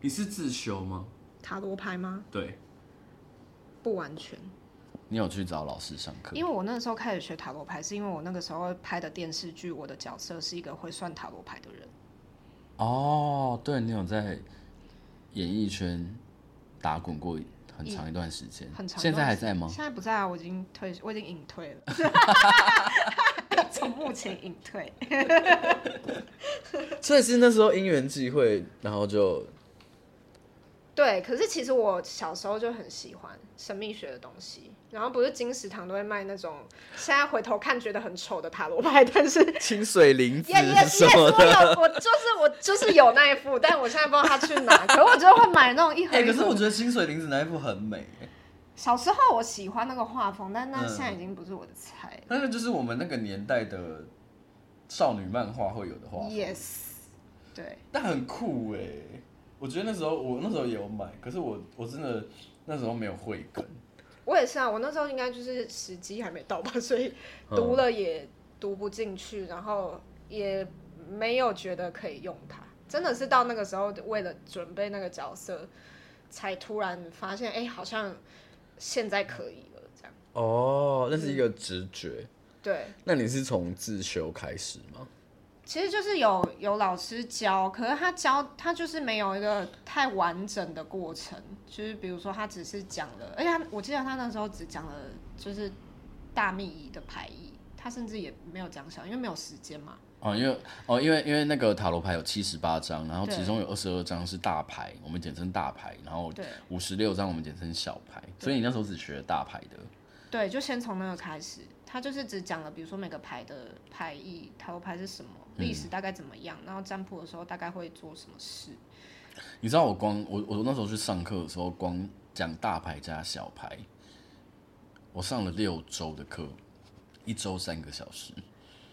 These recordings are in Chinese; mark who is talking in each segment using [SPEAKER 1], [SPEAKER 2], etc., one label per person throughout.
[SPEAKER 1] 你是自修吗？
[SPEAKER 2] 塔罗牌吗？
[SPEAKER 1] 对，
[SPEAKER 2] 不完全，
[SPEAKER 1] 你有去找老师上课？
[SPEAKER 2] 因为我那个时候开始学塔罗牌，是因为我那个时候拍的电视剧，我的角色是一个会算塔罗牌的人。
[SPEAKER 1] 哦，对，你有在演艺圈打滚过很长一段时间，
[SPEAKER 2] 很长一段时间
[SPEAKER 1] 现在还在吗？
[SPEAKER 2] 现在不在啊，我已经 退，我已经隐退 了，从目前隐退。
[SPEAKER 3] 所以是那时候因缘际会，然后就
[SPEAKER 2] 对，可是其实我小时候就很喜欢神秘学的东西，然后不是金石堂都会卖那种，现在回头看觉得很丑的塔罗牌， 但是也
[SPEAKER 3] 清水灵子
[SPEAKER 2] 也也
[SPEAKER 3] 什
[SPEAKER 2] 也
[SPEAKER 3] 么
[SPEAKER 2] 说
[SPEAKER 3] 的。
[SPEAKER 2] 有，我就是我就是有那一副，但我现在不知道它去哪，可我就会买那种一盒
[SPEAKER 3] 哎、
[SPEAKER 2] 一盒。
[SPEAKER 3] 可是我觉得清水灵子那一部很美、
[SPEAKER 2] 小时候我喜欢那个画风，但那
[SPEAKER 3] 嗯
[SPEAKER 2] 现在已经不是我的菜。
[SPEAKER 3] 那个就是我们那个年代的少女漫画会有的画风
[SPEAKER 2] yes，对，
[SPEAKER 3] 但很酷哎、我觉得那时候我那时候也有买，可是我我真的那时候没有慧根，
[SPEAKER 2] 我也是啊，我那时候应该就是时机还没到吧，所以
[SPEAKER 3] 嗯
[SPEAKER 2] 读了也读不进去，然后也没有觉得可以用它。真的是到那个时候，为了准备那个角色，才突然发现，哎、好像现在可以了，这样。
[SPEAKER 3] 哦，那是一个
[SPEAKER 1] 嗯
[SPEAKER 3] 直觉。
[SPEAKER 2] 对，
[SPEAKER 3] 那你是从自修开始吗？
[SPEAKER 2] 其实就是有有老师教，可是他教他就是没有一个太完整的过程，就是比如说他只是讲了，而且他我记得他那时候只讲了就是大密仪的排意，他甚至也没有讲小，因为没有时间嘛。
[SPEAKER 1] 哦，因为哦，因为因为那个塔罗牌有七十八张，然后
[SPEAKER 2] 对
[SPEAKER 1] 其中有二十二张是大牌，我们简称大牌，然后
[SPEAKER 2] 对
[SPEAKER 1] 五十六张我们简称小牌，所以你那时候只学大牌的。
[SPEAKER 2] 对，就先从那个开始，他就是只讲了，比如说每个牌的牌意，塔罗牌是什么，历史大概怎么样，然后占卜的时候大概会做什么事。
[SPEAKER 1] 你知道我光我我那时候去上课的时候，光讲大牌加小牌，我上了六周的课，一周三个小时，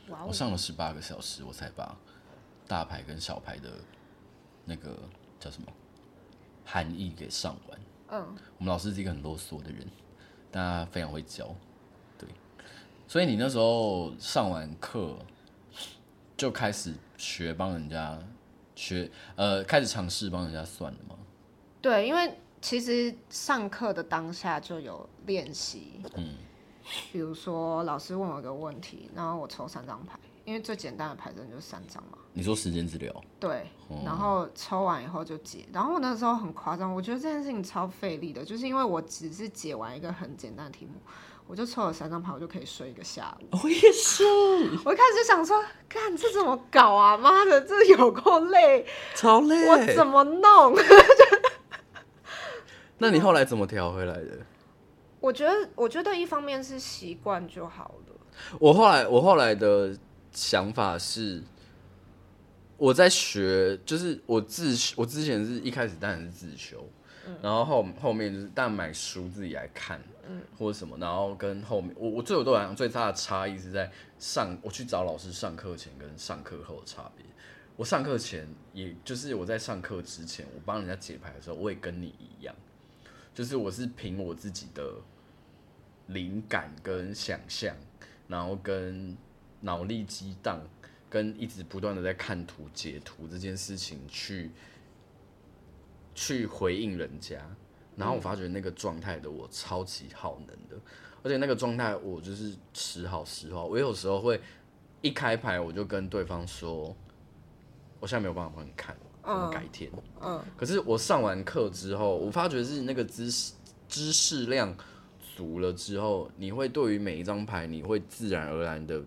[SPEAKER 2] 哇
[SPEAKER 1] 我
[SPEAKER 2] 哦，
[SPEAKER 1] 上了十八个小时，我才把大牌跟小牌的那个叫什么含义给上完。
[SPEAKER 2] 嗯，
[SPEAKER 1] 我们老师是一个很啰嗦的人，但他非常会教，对。所以你那时候上完课就开始学帮人家学，呃，开始尝试帮人家算了吗？
[SPEAKER 2] 对，因为其实上课的当下就有练习，嗯，比如说老师问我一个问题，然后我抽三张牌，因为最简单的牌阵就是三张嘛，
[SPEAKER 1] 你说时间治疗，
[SPEAKER 2] 对，然后抽完以后就解，然后我那时候很夸张，我觉得这件事情超费力的，就是因为我只是解完一个很简单的题目，我就抽了三张牌，我就可以睡一个下午。
[SPEAKER 1] 我也是，
[SPEAKER 2] 我一开始就想说，干这怎么搞啊？妈的，这有够累，
[SPEAKER 3] 超累
[SPEAKER 2] 我怎么弄？
[SPEAKER 3] 那你后来怎么调回来的？
[SPEAKER 2] 我觉得，我觉得一方面是习惯就好了。
[SPEAKER 3] 我后来我后来的想法是，我在学，就是我自我之前是一开始当然是自修，然后后后面就是但买书自己来看，或者什么，然后跟后面我我最有对我来讲最大的差异是在上我去找老师上课前跟上课后的差别。我上课前，也就是我在上课之前，我帮人家解牌的时候，我也跟你一样，就是我是凭我自己的灵感跟想象，然后跟脑力激荡，跟一直不断的在看图截图这件事情去去回应人家，然后我发觉那个状态的我超级耗能的，而且那个状态我就是时好时坏，我有时候会一开牌我就跟对方说，我现在没有办法帮你看，我们改天。
[SPEAKER 2] 嗯，
[SPEAKER 3] 可是我上完课之后，我发觉是那个知识知识量足了之后，你会对于每一张牌，你会自然而然的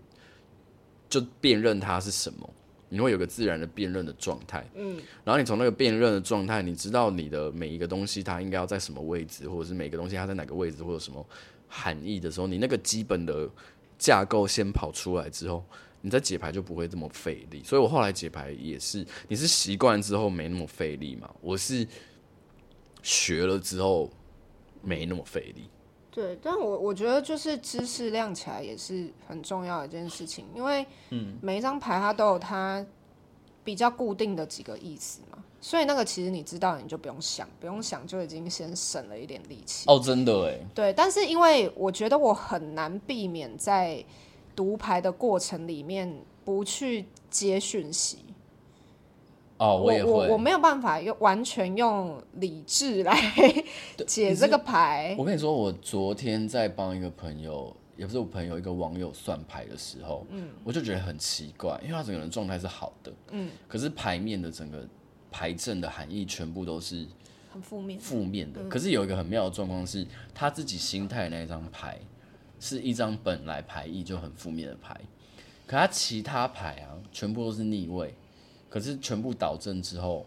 [SPEAKER 3] 就辨认它是什么，你会有个自然的辨认的状态。嗯，然后你从那个辨认的状态，你知道你的每一个东西它应该要在什么位置，或者是每个东西它在哪个位置，或者什么含义的时候，你那个基本的架构先跑出来之后。你在解牌就不会这么费力，所以我后来解牌也是，你是习惯之后没那么费力嘛？我是学了之后没那么费力。
[SPEAKER 2] 对，但我我觉得就是知识量起来也是很重要的一件事情，因为
[SPEAKER 3] 嗯
[SPEAKER 2] 每一张牌它都有它比较固定的几个意思嘛，所以那个其实你知道你就不用想，不用想就已经先省了一点力气。
[SPEAKER 1] 哦，真的
[SPEAKER 3] 欸
[SPEAKER 1] 哎，
[SPEAKER 2] 对，但是因为我觉得我很难避免在读牌的过程里面不去接讯息，
[SPEAKER 3] 哦，
[SPEAKER 2] 我
[SPEAKER 3] 也
[SPEAKER 2] 我
[SPEAKER 3] 会，
[SPEAKER 2] 我没有办法用完全用理智来解这个牌，
[SPEAKER 3] 我跟你说，我昨天在帮一个朋友，也不是我朋友，一个网友算牌的时候，嗯，我就觉得很奇怪，因为他整个人状态是好的，嗯，可是牌面的整个牌阵的含义全部都是
[SPEAKER 2] 很负面。
[SPEAKER 3] 负面嗯的。可是有一个很妙的状况是，他自己心态的那一张牌是一张本来牌意就很负面的牌，可他其他牌啊，全部都是逆位，可是全部导正之后，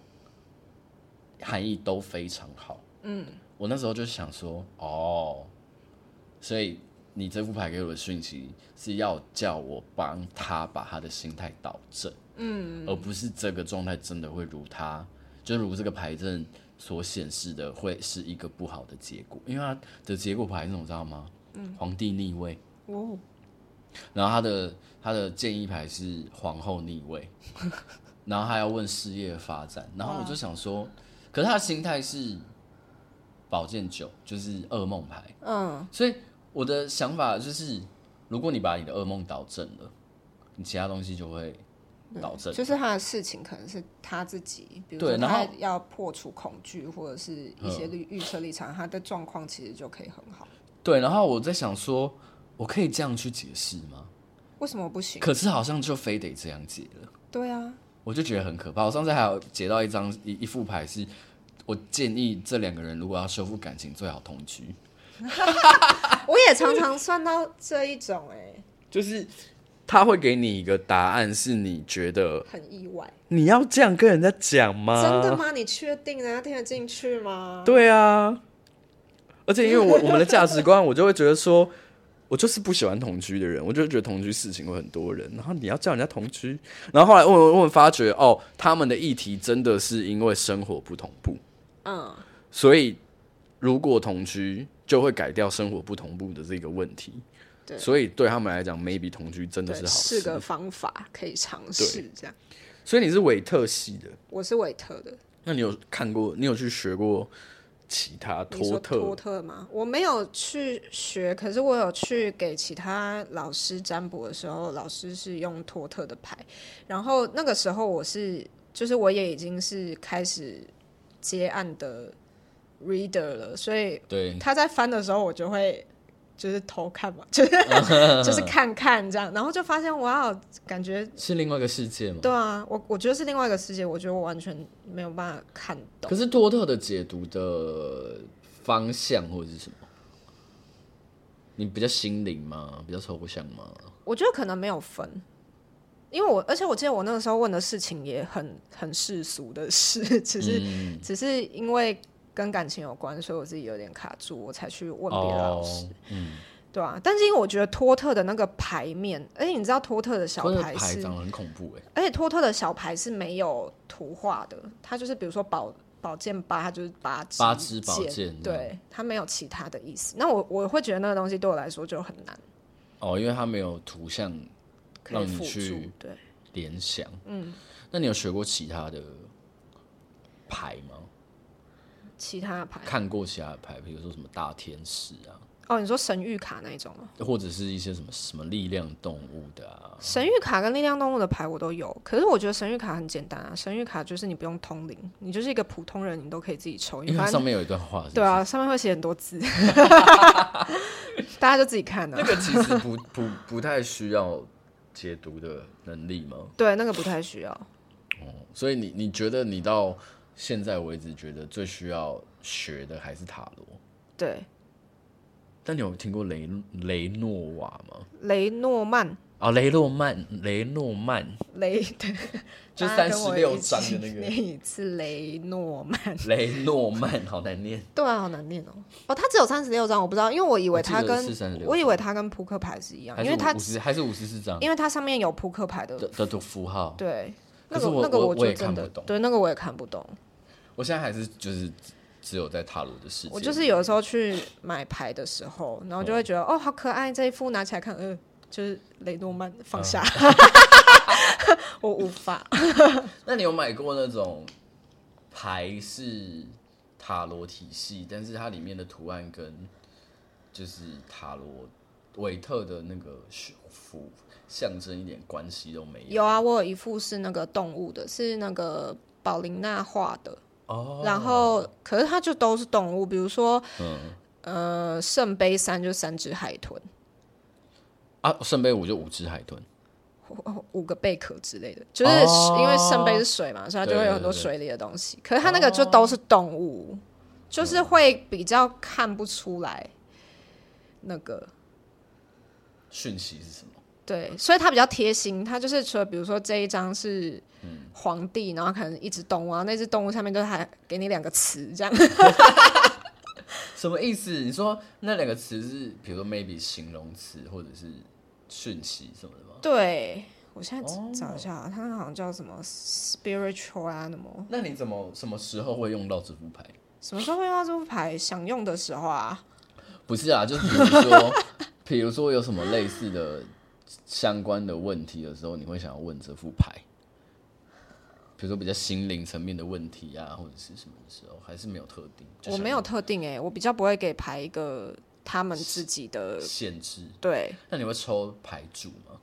[SPEAKER 3] 含义都非常好。嗯，我那时候就想说，哦，所以。你这副牌给我的讯息是要叫我帮他把他的心态导正，嗯，而不是这个状态真的会如他，就如这个牌阵所显示的会是一个不好的结果，因为它的结果牌是什么，知道吗？嗯，皇帝逆位，
[SPEAKER 2] 哦，
[SPEAKER 3] 然后他的他的建议牌是皇后逆位， 然后还要问事业的发展，然后我就想说，可是他的心态是宝剑九，就是噩梦牌，
[SPEAKER 2] 嗯，
[SPEAKER 3] 所以我的想法就是，如果你把你的噩梦导正了，你其他东西就会导正，
[SPEAKER 2] 就是他的事情可能是他自己，比如
[SPEAKER 3] 对
[SPEAKER 2] 说
[SPEAKER 3] 然后
[SPEAKER 2] 他要破除恐惧或者是一
[SPEAKER 4] 嗯
[SPEAKER 2] 些预预测立场，他的状况其实就可以很好。
[SPEAKER 3] 对，然后我在想说，我可以这样去解释吗？
[SPEAKER 2] 为什么不行？
[SPEAKER 3] 可是好像就非得这样解了，
[SPEAKER 2] 对啊，
[SPEAKER 3] 我就觉得很可怕。我上次还有解到一张一一副牌是，我建议这两个人如果要修复感情，最好同居。
[SPEAKER 2] 我也常常算到这一种、欸
[SPEAKER 4] 就是他会给你一个答案，是你觉得
[SPEAKER 2] 哎，很意外。
[SPEAKER 4] 你要这样跟人家讲吗？
[SPEAKER 2] 真的？吗？你确定人家听得进去吗？
[SPEAKER 4] 对啊，而且因为我我们的价值观，我就会觉得说，我就是不喜欢同居的人，我就觉得同居事情会很多人，然后你要叫人家同居，然后后来我我我发觉哦，他们的议题真的是因为生活不同步，
[SPEAKER 2] 嗯，
[SPEAKER 4] 所以如果同居就会改掉生活不同步的这个问题。
[SPEAKER 2] 对
[SPEAKER 4] 所以对他们来讲，maybe 同居真的
[SPEAKER 2] 对，
[SPEAKER 4] 是好
[SPEAKER 2] 是
[SPEAKER 4] 事。
[SPEAKER 2] 个方法可以尝试。这样，
[SPEAKER 4] 所以你是韦特系的，
[SPEAKER 2] 我是韦特的，
[SPEAKER 4] 那你有看过？你有去学过其他
[SPEAKER 2] 你说
[SPEAKER 4] 托
[SPEAKER 2] 托
[SPEAKER 4] 特？
[SPEAKER 2] 特吗？我没有去学，可是我有去给其他老师占卜的时候，老师是用托特的牌，然后那个时候我是，就是我也已经是开始接案的 reader 了，所以
[SPEAKER 3] 对，
[SPEAKER 2] 他在翻的时候，我就会就是偷看嘛， 就是就是看看这样，然后就发现哇，感觉
[SPEAKER 3] 是另外一个世界嘛。
[SPEAKER 2] 对啊，我我觉得是另外一个世界，我觉得我完全没有办法看懂
[SPEAKER 3] 可。是托特的解读的方向或者是什么？你比较心灵吗？比较抽象吗？
[SPEAKER 2] 我觉得可能没有分，因为我而且我记得我那个时候问的事情也很很世俗的事，只是、
[SPEAKER 3] 嗯，
[SPEAKER 2] 只是因为跟感情有关，所以我自己有点卡住，我才去问别的老师。
[SPEAKER 3] 哦，嗯，
[SPEAKER 2] 对啊，但是因为我觉得托特的那个牌面，而且你知道托特的小
[SPEAKER 3] 哦托特
[SPEAKER 2] 牌
[SPEAKER 3] 牌
[SPEAKER 2] 是
[SPEAKER 3] 长得很恐怖哎、
[SPEAKER 2] 而且托特的小牌是没有图画的，它就是比如说宝宝剑八，它就是八支
[SPEAKER 3] 八支宝剑嗯
[SPEAKER 2] 剑，对，它没有其他的意思。那我我会觉得那个东西对我来说就很难
[SPEAKER 3] 哦，因为它没有图像
[SPEAKER 2] 可以
[SPEAKER 3] 让你
[SPEAKER 2] 辅助
[SPEAKER 3] 去，
[SPEAKER 2] 对，
[SPEAKER 3] 联想。嗯，那你有学过其他的牌吗？
[SPEAKER 2] 其他的牌。
[SPEAKER 3] 看过其他的牌，比如说什么大天使啊，
[SPEAKER 2] 哦，你说神谕卡那一种吗？
[SPEAKER 3] 或者是一些什么什么力量动物的啊？
[SPEAKER 2] 神谕卡跟力量动物的牌我都有，可是我觉得神谕卡很简单啊，神谕卡就是你不用通灵，你就是一个普通人，你都可以自己抽，
[SPEAKER 3] 因为
[SPEAKER 2] 你
[SPEAKER 3] 它
[SPEAKER 2] 反
[SPEAKER 3] 上
[SPEAKER 2] 正
[SPEAKER 3] 面有一段话是不是
[SPEAKER 2] 对，啊，上面会写很 多字，大家就自己看啊
[SPEAKER 4] 那。个其实不不不太需要解读的能力吗？
[SPEAKER 2] 对，那个不太需要。
[SPEAKER 3] 所以你你觉得你到现在为止觉得最需要学的还是塔罗？
[SPEAKER 2] 对，
[SPEAKER 3] 但你有听过雷雷诺瓦吗？
[SPEAKER 2] 雷诺曼，
[SPEAKER 3] 啊，雷诺曼，雷诺曼，
[SPEAKER 2] 雷，对，
[SPEAKER 3] 就
[SPEAKER 2] 大家跟
[SPEAKER 3] 36
[SPEAKER 2] 我一
[SPEAKER 3] 章
[SPEAKER 2] 起
[SPEAKER 3] 的那个
[SPEAKER 2] 念一次雷诺曼，
[SPEAKER 3] 雷诺曼，好难念。
[SPEAKER 2] 对啊，好难念哦。哦，他只有三十六章，我不知道，因为我以为他
[SPEAKER 3] 我记得是36
[SPEAKER 2] 跟
[SPEAKER 3] 章
[SPEAKER 2] 我以为他跟扑克牌是一样，因为他
[SPEAKER 3] 五十还是五十四张
[SPEAKER 2] 因为它上面有扑克牌的，
[SPEAKER 3] 的的的符号。
[SPEAKER 2] 对，
[SPEAKER 3] 可
[SPEAKER 2] 那
[SPEAKER 3] 是
[SPEAKER 2] 个
[SPEAKER 3] 我
[SPEAKER 2] 那个
[SPEAKER 3] 我
[SPEAKER 2] 就
[SPEAKER 3] 也
[SPEAKER 2] 真
[SPEAKER 3] 看不
[SPEAKER 2] 的
[SPEAKER 3] 懂
[SPEAKER 2] 对那个我也看不懂。
[SPEAKER 3] 我现在还是就是只有在塔罗的世界里，
[SPEAKER 2] 我就是有的时候去买牌的时候，然后
[SPEAKER 3] 嗯
[SPEAKER 2] 就会觉得、哦，好可爱，这一副拿起来看，呃，就是雷诺曼
[SPEAKER 3] 嗯
[SPEAKER 2] 放下，我无法。
[SPEAKER 3] 那你有买过那种牌是塔罗体系，但是它里面的图案跟就是塔罗韦特的那个符象征一点关系都没有？
[SPEAKER 2] 有啊，我有一副是那个动物的，是那个宝琳娜画的，
[SPEAKER 4] 哦，
[SPEAKER 2] 然后可是它就都是动物，比如说
[SPEAKER 3] 嗯
[SPEAKER 2] 呃圣杯三就三只海豚，
[SPEAKER 3] 啊，圣杯五就五只海豚，
[SPEAKER 2] 哦五个贝壳之类的，就是
[SPEAKER 4] 哦
[SPEAKER 2] 因为圣杯是水嘛，所以它就会有很多
[SPEAKER 3] 对对对
[SPEAKER 2] 水里的东西。可是它那个就都是动物，就是会比较看不出来那个。
[SPEAKER 3] 讯息是什么？
[SPEAKER 2] 对，所以它比较贴心，它就是除了比如说这一张是皇帝，然后可能一只动物，啊然后那只动物上面就还给你两个词这样。
[SPEAKER 3] 什么意思？你说那两个词是，比如说 maybe 形容词或者是讯息什么的吗？
[SPEAKER 2] 对，我现在只找一下啊，它那个好像叫什么 spiritual animal，
[SPEAKER 3] 那你怎么什么时候会用到这副牌？
[SPEAKER 2] 什么时候会用到这副牌？想用的时候啊。
[SPEAKER 3] 不是啊，就是比如说， 比如说有什么类似的相关的问题的时候，你会想要问这副牌。比如说比较心灵层面的问题啊，或者是什么的时候，还是没有特定。就
[SPEAKER 2] 我
[SPEAKER 3] 想
[SPEAKER 2] 没有特定哎、我比较不会给牌一个他们自己的。
[SPEAKER 3] 限制。
[SPEAKER 2] 对，
[SPEAKER 3] 那你会抽牌组吗？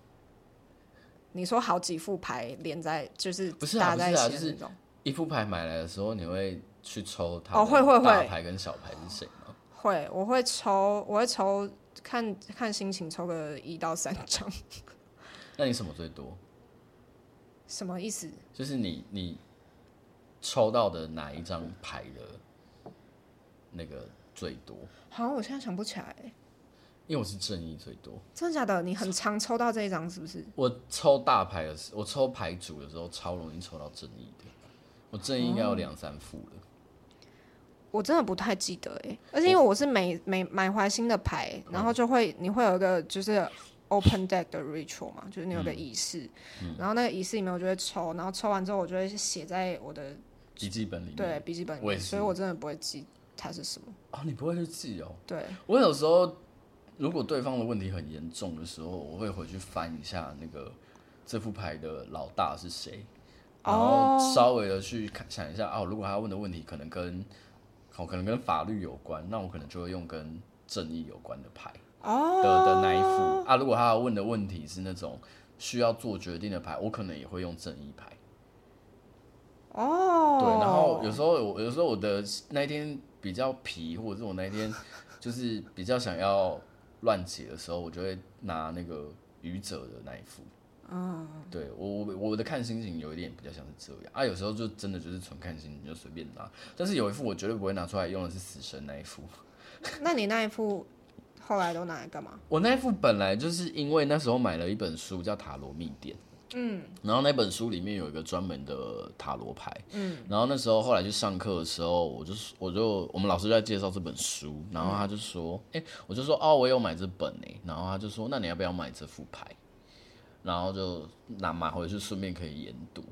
[SPEAKER 2] 你说好几副牌连在，就是
[SPEAKER 3] 不是啊
[SPEAKER 2] 搭在一起
[SPEAKER 3] 不是
[SPEAKER 2] 的
[SPEAKER 3] 啊就是
[SPEAKER 2] 那种，
[SPEAKER 3] 一副牌买来的时候，你会去抽它的
[SPEAKER 2] 哦会会会
[SPEAKER 3] 大牌跟小牌是谁吗？
[SPEAKER 2] 会，我会抽，我会抽，看看心情抽个一到三张，
[SPEAKER 3] 那你什么最多？
[SPEAKER 2] 什么意思？
[SPEAKER 3] 就是你你抽到的哪一张牌的那个最多？
[SPEAKER 2] 好，我现在想不起来欸、
[SPEAKER 3] 因为我是正义最多，
[SPEAKER 2] 真的假的？你很常抽到这一张是不是？
[SPEAKER 3] 我抽大牌的时候，我抽牌组的时候超容易抽到正义的，我正义应该有两三副了。
[SPEAKER 2] 我真的不太记得哎、而且因为我嗯是每每买怀新的牌，然后就会你会有一个就是 open deck 的 ritual 嘛，就是你有个仪式，然后那个仪式里面我就会抽，然后抽完之后我就会写在我的
[SPEAKER 3] 笔记本里面，
[SPEAKER 2] 对笔记本里
[SPEAKER 3] 我也
[SPEAKER 2] 面，
[SPEAKER 3] 是
[SPEAKER 2] 所以我真的不会记它是什么。
[SPEAKER 3] 啊，你不会去记哦。
[SPEAKER 2] 对，
[SPEAKER 3] 我有时候如果对方的问题很严重的时候，我会回去翻一下那个这副牌的老大是谁，然后
[SPEAKER 2] 哦
[SPEAKER 3] 稍微的去看想一下哦，如果他问的问题可能跟哦可能跟法律有关，那我可能就会用跟正义有关的牌的的那一副啊。如果他问的问题是那种需要做决定的牌，我可能也会用正义牌。
[SPEAKER 2] 哦，
[SPEAKER 3] 对，然后有时候我有时候我的那一天比较皮，或者是我那一天 就是比较想要乱解的时候，我就会拿那个愚者的那一副。嗯，对我我我的看心情有一点比较像是这样啊，有时候就真的就是纯看心情就随便拿，但是有一副我绝对不会拿出来用的是死神那一副。
[SPEAKER 2] 那你那一副后来都拿来干嘛？
[SPEAKER 3] 我那一副本来就是因为那时候买了一本书叫《塔罗密典》，嗯，然后那本书里面有一个专门的塔罗牌，嗯，然后那时候后来去上课的时候，我就我就我们老师就在介绍这本书，然后他就说，哎、我就说哦，我有买这本呢、然后他就说，那你要不要买这副牌？然后就拿买回去，顺便可以研读。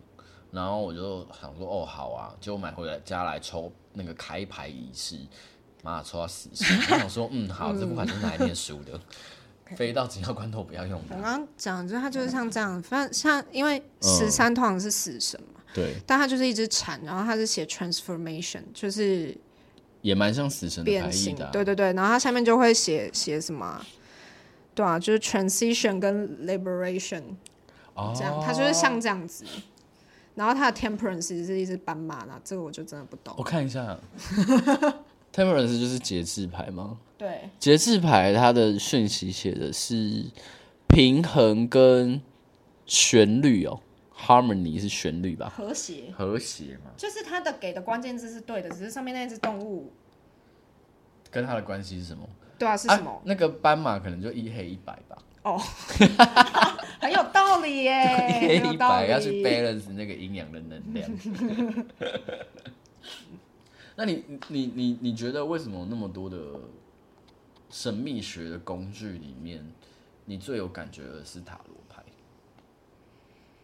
[SPEAKER 3] 然后我就想说，哦，好啊，结果买回来家来抽那个开牌仪式，妈抽到死神。我想说，嗯，好，这副牌就是拿来念书的， 飞到紧要关头不要用
[SPEAKER 2] 我
[SPEAKER 3] 的。
[SPEAKER 2] 刚刚讲就是它就是像这样，反正像因为嗯十三通常是死神嘛，
[SPEAKER 3] 对，
[SPEAKER 2] 但它就是一只蝉，然后它是写 transformation，就是
[SPEAKER 3] 也蛮像死神的牌
[SPEAKER 2] 变
[SPEAKER 3] 意
[SPEAKER 2] 形
[SPEAKER 3] 的、啊。，
[SPEAKER 2] 对对对，然后它下面就会写写什么啊、对啊，就是 transition 跟 liberation
[SPEAKER 3] 哦，
[SPEAKER 2] 这样，它就是像这样子。然后它的 temperance 是一只斑马啦，这个我就真的不懂
[SPEAKER 3] 我。看一下，Temperance 就是节制牌吗？
[SPEAKER 2] 对，
[SPEAKER 3] 节制牌它的讯息写的是平衡跟旋律哦，harmony 是旋律吧？
[SPEAKER 2] 和谐
[SPEAKER 3] 和谐嘛，
[SPEAKER 2] 就是它的给的关键字是对的，只是上面那只动物，
[SPEAKER 3] 跟它的关系是什么？
[SPEAKER 2] 对啊，是什
[SPEAKER 3] 啊
[SPEAKER 2] 么？？
[SPEAKER 3] 那个斑马可能就一黑一白吧，
[SPEAKER 2] 很有道 理
[SPEAKER 3] 一黑
[SPEAKER 2] 耶，很哎有
[SPEAKER 3] 一
[SPEAKER 2] 道
[SPEAKER 3] 白要去
[SPEAKER 2] 理。
[SPEAKER 3] balance 那个阴阳的能量。 那你你你你觉得为什么那么多的神秘学的工具里面，你最有感觉的是塔罗牌？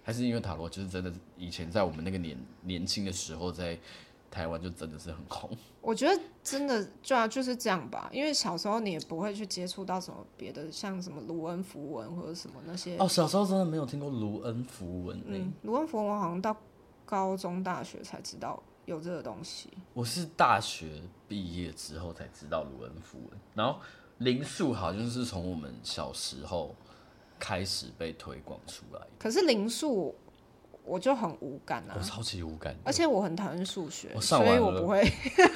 [SPEAKER 3] 还是因为塔罗就是真的以前在我们那个年年轻的时候，在台湾就真的是很红。
[SPEAKER 2] 我觉得真的对啊，就是这样吧，因为小时候你也不会去接触到什么别的，像什么卢恩符文或者什么那些。
[SPEAKER 3] 哦，小时候真的没有听过卢恩符文呢、
[SPEAKER 2] 嗯，卢恩符文我好像到高中、大学才知道有这个东西。
[SPEAKER 3] 我是大学毕业之后才知道卢恩符文，然后灵数好像是从我们小时候开始被推广出来。
[SPEAKER 2] 可是灵数，我就很无感啊
[SPEAKER 3] 我，超级无感的。
[SPEAKER 2] 而且我很讨厌数学，
[SPEAKER 3] 哦我上
[SPEAKER 2] 所以
[SPEAKER 3] 完
[SPEAKER 2] 我
[SPEAKER 3] 了
[SPEAKER 2] 不会。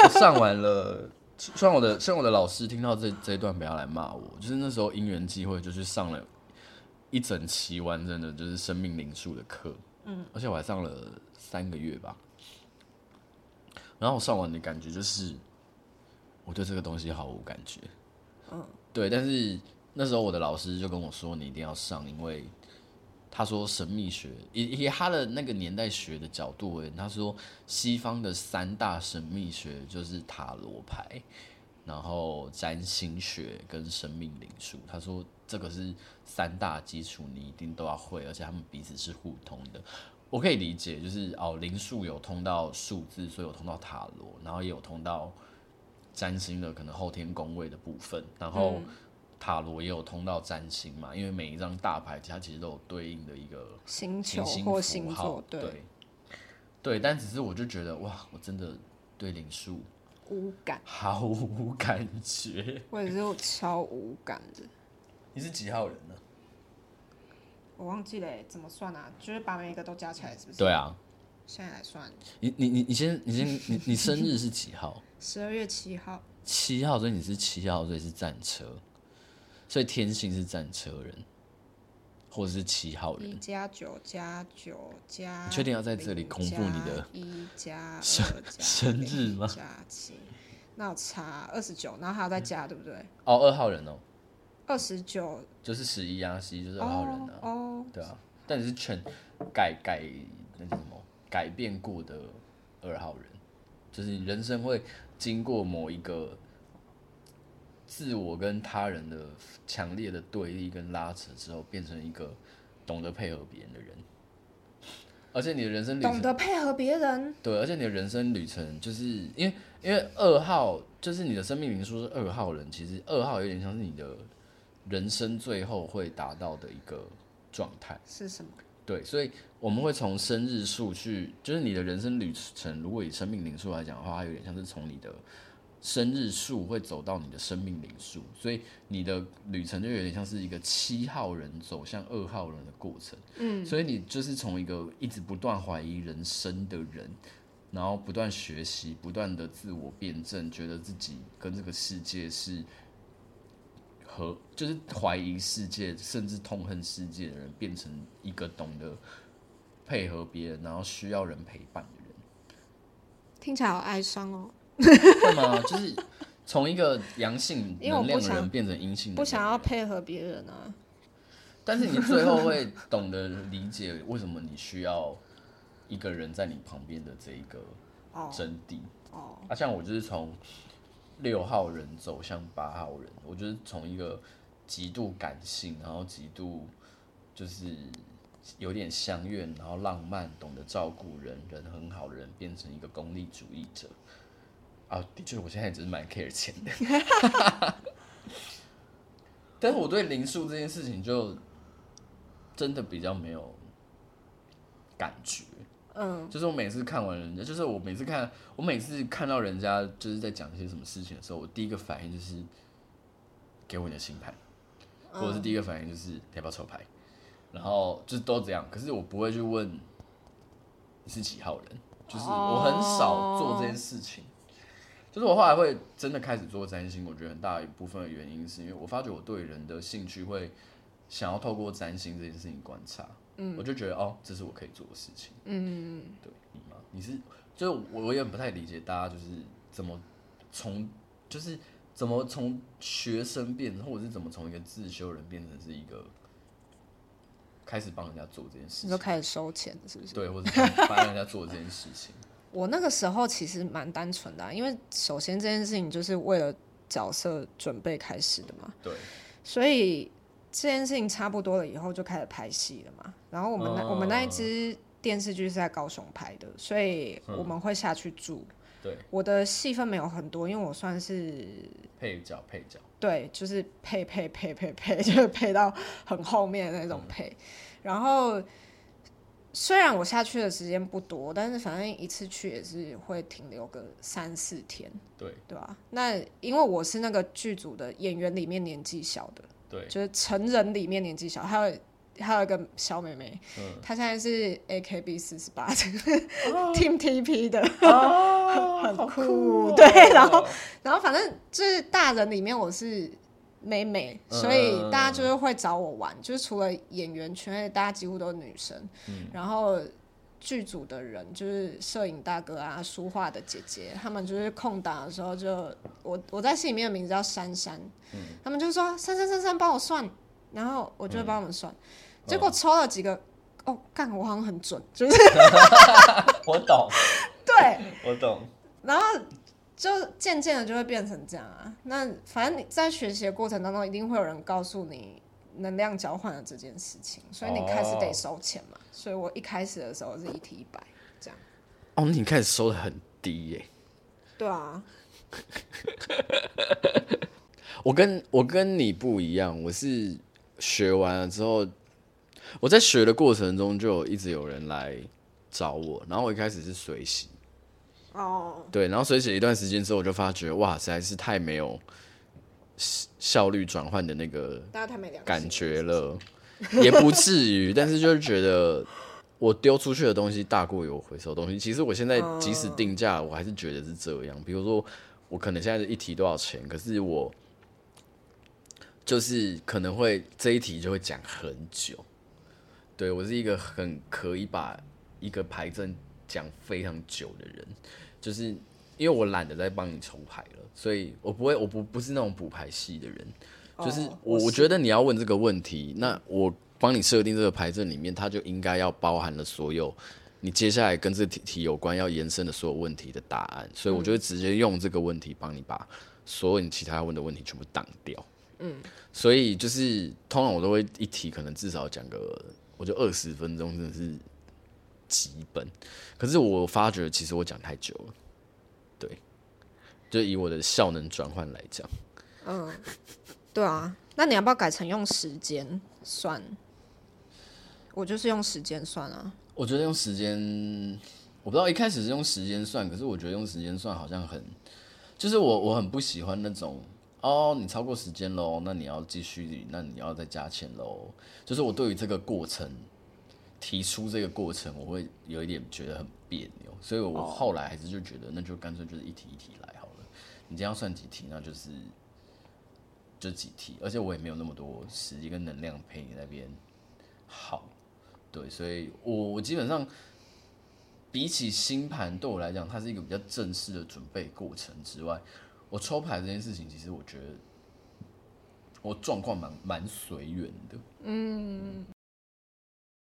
[SPEAKER 3] 我上完了，虽然我的虽然我的老师听到这这一段不要来骂我，就是那时候因缘际会就去上了一整期完整的就是生命灵数的课，嗯，而且我还上了三个月吧。然后我上完的感觉就是，我对这个东西毫无感觉，嗯，对。但是那时候我的老师就跟我说，你一定要上，因为他说神秘学以以他的那个年代学的角度而言，他说西方的三大神秘学就是塔罗牌，然后占星学跟生命灵数。他说这个是三大基础，你一定都要会，而且他们彼此是互通的。我可以理解，就是哦，灵数有通到数字，所以有通到塔罗，然后也有通到占星的可能后天宫位的部分，然后塔罗也有通到占星嘛，因为每一张大牌它其实都有对应的一个
[SPEAKER 2] 星球
[SPEAKER 3] 行星
[SPEAKER 2] 或
[SPEAKER 3] 符
[SPEAKER 2] 星
[SPEAKER 3] 号
[SPEAKER 2] 座，对，
[SPEAKER 3] 对对，但只是我就觉得哇，我真的对灵数
[SPEAKER 2] 无感，
[SPEAKER 3] 毫无感觉。
[SPEAKER 2] 我也是超无感的。
[SPEAKER 3] 你是几号人呢、
[SPEAKER 2] 我忘记了欸怎么算啊？就是把每一个都加起来，是不是？
[SPEAKER 3] 对啊，
[SPEAKER 2] 现在来算，
[SPEAKER 3] 你你你你先你先你你生日是几号？
[SPEAKER 2] 十二月七号，
[SPEAKER 3] 七号，所以你是七号，所以是战车，所以天性是战车人，或者是七号人
[SPEAKER 2] 一。加九加九加，
[SPEAKER 3] 你确定要在这里公布你的
[SPEAKER 2] 一加二加
[SPEAKER 3] 生
[SPEAKER 2] 零
[SPEAKER 3] 日吗
[SPEAKER 2] 加七，那我差二十九，然后还要再加，对不对？
[SPEAKER 3] 哦，二号人哦，
[SPEAKER 2] 二十九
[SPEAKER 3] 就是十一啊，十一就是二号人
[SPEAKER 2] 哦
[SPEAKER 3] 啊，
[SPEAKER 2] 哦，
[SPEAKER 3] 对啊，但你是全改改那叫什么改变过的二号人，就是你人生会经过某一个自我跟他人的强烈的对立跟拉扯之后，变成一个懂得配合别人的人，而且你的人生旅程
[SPEAKER 2] 懂得配合别人，
[SPEAKER 3] 对，而且你的人生旅程，就是因为因为二号就是你的生命灵数是二号人，其实二号有点像是你的人生最后会达到的一个状态。
[SPEAKER 2] 是什么？
[SPEAKER 3] 对，所以我们会从生日数去，就是你的人生旅程。如果以生命灵数来讲的话，它有点像是从你的生日数会走到你的生命灵数，所以你的旅程就有点像是一个七号人走向二号人的过程。嗯，所以你就是从一个一直不断怀疑人生的人，然后不断学习，不断的自我辩证，觉得自己跟这个世界是和就是怀疑世界，甚至痛恨世界的人，变成一个懂得配合别人，然后需要人陪伴的人，
[SPEAKER 2] 听起来好哀伤哦，
[SPEAKER 3] 会吗？就是从一个阳性
[SPEAKER 2] 因为
[SPEAKER 3] 能
[SPEAKER 2] 我不
[SPEAKER 3] 量的
[SPEAKER 2] 想
[SPEAKER 3] 人变成阴性的人，
[SPEAKER 2] 不想要配合别人啊，
[SPEAKER 3] 但是你最后会懂得理解为什么你需要一个人在你旁边的这一个
[SPEAKER 2] 哦
[SPEAKER 3] 真谛。
[SPEAKER 2] 哦，
[SPEAKER 3] 啊，像我就是从六号人走向八号人，我就是从一个极度感性，然后极度就是有点相怨，然后浪漫，懂得照顾人，人很好的人，变成一个功利主义者。啊，的确，我现在只是蛮 care 钱的， 但是我对零数这件事情就真的比较没有感觉。
[SPEAKER 2] 嗯，
[SPEAKER 3] 就是我每次看完人家，就是我每次看，我每次看到人家就是在讲一些什么事情的时候，我第一个反应就是给我你的星盘，或者是第一个反应就是你要不要抽牌，然后就是都这样。可是我不会去问你是几号人，就是我很少做这件事情。就是我后来会真的开始做占星，我觉得很大一部分的原因是因为我发觉我对人的兴趣会想要透过占星这件事情观察，嗯，我就觉得哦，这是我可以做的事情。对你吗？你是，就是我我也不太理解大家就是怎么从就是怎么从学生变成，或者是怎么从一个自修人变成是一个开始帮人家做这件事
[SPEAKER 2] 你
[SPEAKER 3] 情，
[SPEAKER 2] 就开始收钱了是不是？
[SPEAKER 3] 对，或者是帮人家做这件事情。
[SPEAKER 2] 我那个时候其实蛮单纯的啊、因为首先这件事情就是为了角色准备开始的嘛，
[SPEAKER 3] 对，
[SPEAKER 2] 所以这件事情差不多了以后就开始拍戏了嘛。然后我们那、我们那一支电视剧是在高雄拍的，所以我们会下去住。
[SPEAKER 3] 对，
[SPEAKER 2] 我的戏份没有很多，因为我算是
[SPEAKER 3] 配角配角，
[SPEAKER 2] 对，就是配配配配配， 就是配到很后面的那种配。然后虽然我下去的时间不多，但是反正一次去也是会停留个三四天，
[SPEAKER 3] 对
[SPEAKER 2] 对吧？那因为我是那个剧组的演员里面年纪小的，
[SPEAKER 3] 对
[SPEAKER 2] 就是成人里面年纪小，还有还有一个小妹妹，她现在是 AKB 四十八 Team TP 的， 很酷
[SPEAKER 3] 哦
[SPEAKER 2] 对，然后然后反正就是大人里面我是妹妹，所以大家就是会找我玩，就是除了演员圈，大家几乎都是女生，然后。剧组的人就是摄影大哥啊、书画的姐姐，他们就是空档的时候就我我在戏里面的名字叫珊珊，他们就说珊珊珊珊帮我算，然后我就会帮他们算，结果抽了几个，哦，干我好像很准，就是
[SPEAKER 5] 我懂，
[SPEAKER 2] 对，
[SPEAKER 5] 我懂。
[SPEAKER 2] 然后就渐渐的就会变成这样啊。那反正你在学习的过程当中，一定会有人告诉你能量交换的这件事情，所以你开始得收钱嘛。所以我一开始的时候是一提一百这样。
[SPEAKER 3] 哦，你开始收的很低耶、
[SPEAKER 2] 对啊，
[SPEAKER 3] 我跟我跟你不一样，我是学完了之后，我在学的过程中就有一直有人来找我，然后我一开始是随喜，
[SPEAKER 2] 哦，
[SPEAKER 3] 对，然后随喜了一段时间之后，我就发觉哇，实在是太没有效效率转换的那个
[SPEAKER 2] 大家太没良心了
[SPEAKER 3] 感觉了，也不至于，但是就是觉得我丢出去的东西大过于我回收的东西。其实我现在即使定价，我还是觉得是这样。比如说，我可能现在是一题多少钱，可是我就是可能会这一题就会讲很久。对我是一个很可以把一个牌阵讲非常久的人，就是因为我懒得再帮你抽牌了，所以我不会，我不不是那种补牌系的人。就是
[SPEAKER 2] 哦
[SPEAKER 3] 我我觉得你要问这个问题，那我帮你设定这个牌阵里面，它就应该要包含了所有你接下来跟这题题有关要延伸的所有问题的答案，所以我就会直接用这个问题帮你把所有你其他问的问题全部挡掉。嗯，所以就是通常我都会一题可能至少讲个，我就二十分钟，真的是基本。可是我发觉其实我讲太久了，对，就以我的效能转换来讲。
[SPEAKER 2] 对啊，那你要不要改成用时间算？我就是用时间算啊。
[SPEAKER 5] 我觉得用时间，我不知道一开始是用时间算，可是我觉得用时间算好像很，就是我我很不喜欢那种哦，你超过时间喽，那你要继续，那你要再加钱喽。就是我对于这个过程提出这个过程，我会有一点觉得很别扭，所以我后来还是就觉得，那就干脆就是一题一题来好了。你今天要算几题，那就是就几题，而且我也没有那么多时间跟能量陪你那边好。对，所以我我基本上比起星盘对我来讲，它是一个比较正式的准备过程之外，我抽牌这件事情，其实我觉得我状况蛮蛮随缘的。